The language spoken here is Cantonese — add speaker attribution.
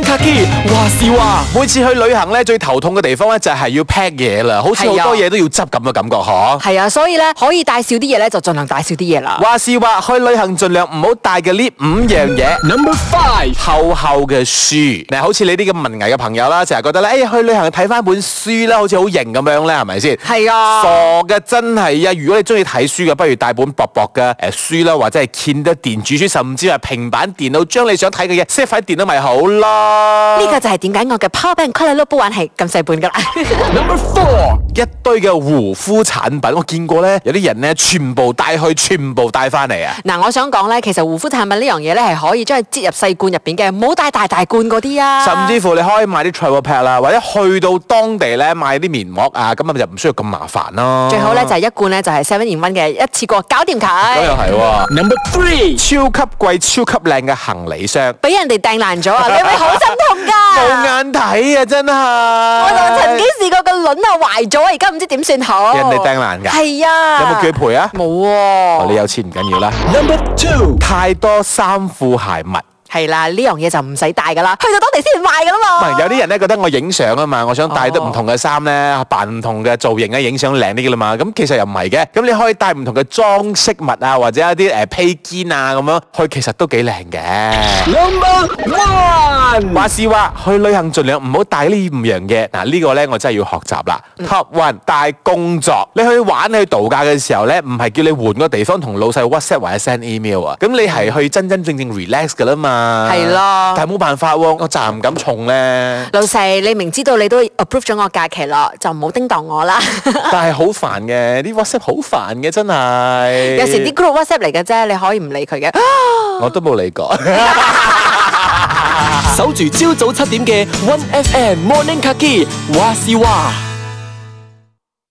Speaker 1: 話是話，每次去旅行咧，最頭痛嘅地方咧就係要 pack 嘢啦，好似好
Speaker 2: 係啊
Speaker 1: 多嘢都要執咁嘅感覺嗬。
Speaker 2: 係啊，所以咧可以帶少啲嘢咧，就盡量帶少啲嘢啦。
Speaker 1: 話是話，去旅行盡量唔好帶嘅呢五樣嘢。
Speaker 3: Number five，
Speaker 1: 厚厚嘅書，嗱，好似你啲咁文藝嘅朋友啦，成日覺得咧，哎呀，去旅行睇翻本書啦，好似好型咁樣咧，係咪先？
Speaker 2: 係啊
Speaker 1: 傻嘅真係啊！如果你中意睇書嘅，不如帶本薄薄嘅誒書啦，或者係 Kindle 電子書，甚至係平板電腦，將你想睇嘅嘢 set 喺電腦咪好咯。
Speaker 2: 呢個就係點解我嘅 Power Bank Color Loop 玩係咁細本噶啦。
Speaker 3: Number four，
Speaker 1: 一堆嘅護膚產品，我見過咧，有啲人咧全部帶去，全部帶翻嚟啊！
Speaker 2: 嗱，我想講咧，其實護膚產品呢樣嘢咧係可以將佢擠入細罐入邊嘅，唔好帶大大罐嗰啲啊。
Speaker 1: 甚至乎你可以買啲 travel pack 啦，或者去到當地咧買啲面膜啊，咁啊就唔需要咁麻煩咯。
Speaker 2: 最好咧就係一罐咧就係 seven 元蚊嘅，一次過搞掂
Speaker 1: 咁又
Speaker 2: 佢，
Speaker 1: 係喎。
Speaker 3: Number three，
Speaker 1: 超級貴、超級靚嘅行李箱，
Speaker 2: 俾人哋掟爛咗啊！你會好心痛㗎。
Speaker 1: 冇眼睇啊！真係，
Speaker 2: 啊我
Speaker 1: 我
Speaker 2: 就曾經試過個輪啊壞咗，而家唔知點算好。
Speaker 1: 人哋掟爛㗎
Speaker 2: 係啊。
Speaker 1: 有冇叫佢賠啊？
Speaker 2: 冇
Speaker 1: 哦你
Speaker 2: 喎。
Speaker 1: 有錢唔緊要啦，
Speaker 3: Number two，
Speaker 1: 太多衫褲鞋襪。
Speaker 2: 係啦，呢樣嘢就唔使帶㗎啦，去到當地先賣㗎啦
Speaker 1: 唔
Speaker 2: 嘛。
Speaker 1: 係有啲人咧覺得我影相啊嘛，我想帶得
Speaker 2: 哦
Speaker 1: 唔同嘅衫咧，扮唔同嘅造型咧，影相靚啲嘅啦嘛。咁其實又唔係嘅，咁你可以帶唔同嘅裝飾物啊，或者一啲誒披肩啊咁樣去，其實都幾靚嘅。
Speaker 3: Number one，
Speaker 1: 話是話去旅行盡量唔好帶呢五樣嘢，嗱、呢個呢，我真係要學習啦。Top
Speaker 2: 嗯
Speaker 1: one 帶工作，你去玩去度假嘅時候呢，唔係叫你換個地方同老細 WhatsApp 或者 send email 啊，咁你係去真真正正 relax 噶啦嘛。
Speaker 2: 係咯
Speaker 1: 但係冇辦法喎、我責任感重呢。
Speaker 2: 老細，你明知道你都 approve 咗我假期咯，就唔好叮當我啦。
Speaker 1: 但係好煩嘅，啲 WhatsApp 好煩嘅，真係。
Speaker 2: 有時啲 group WhatsApp 嚟嘅啫，你可以唔理佢嘅。
Speaker 1: 我都冇理過。
Speaker 3: 守住朝早七點嘅 One FM Morning Kaki，話事話。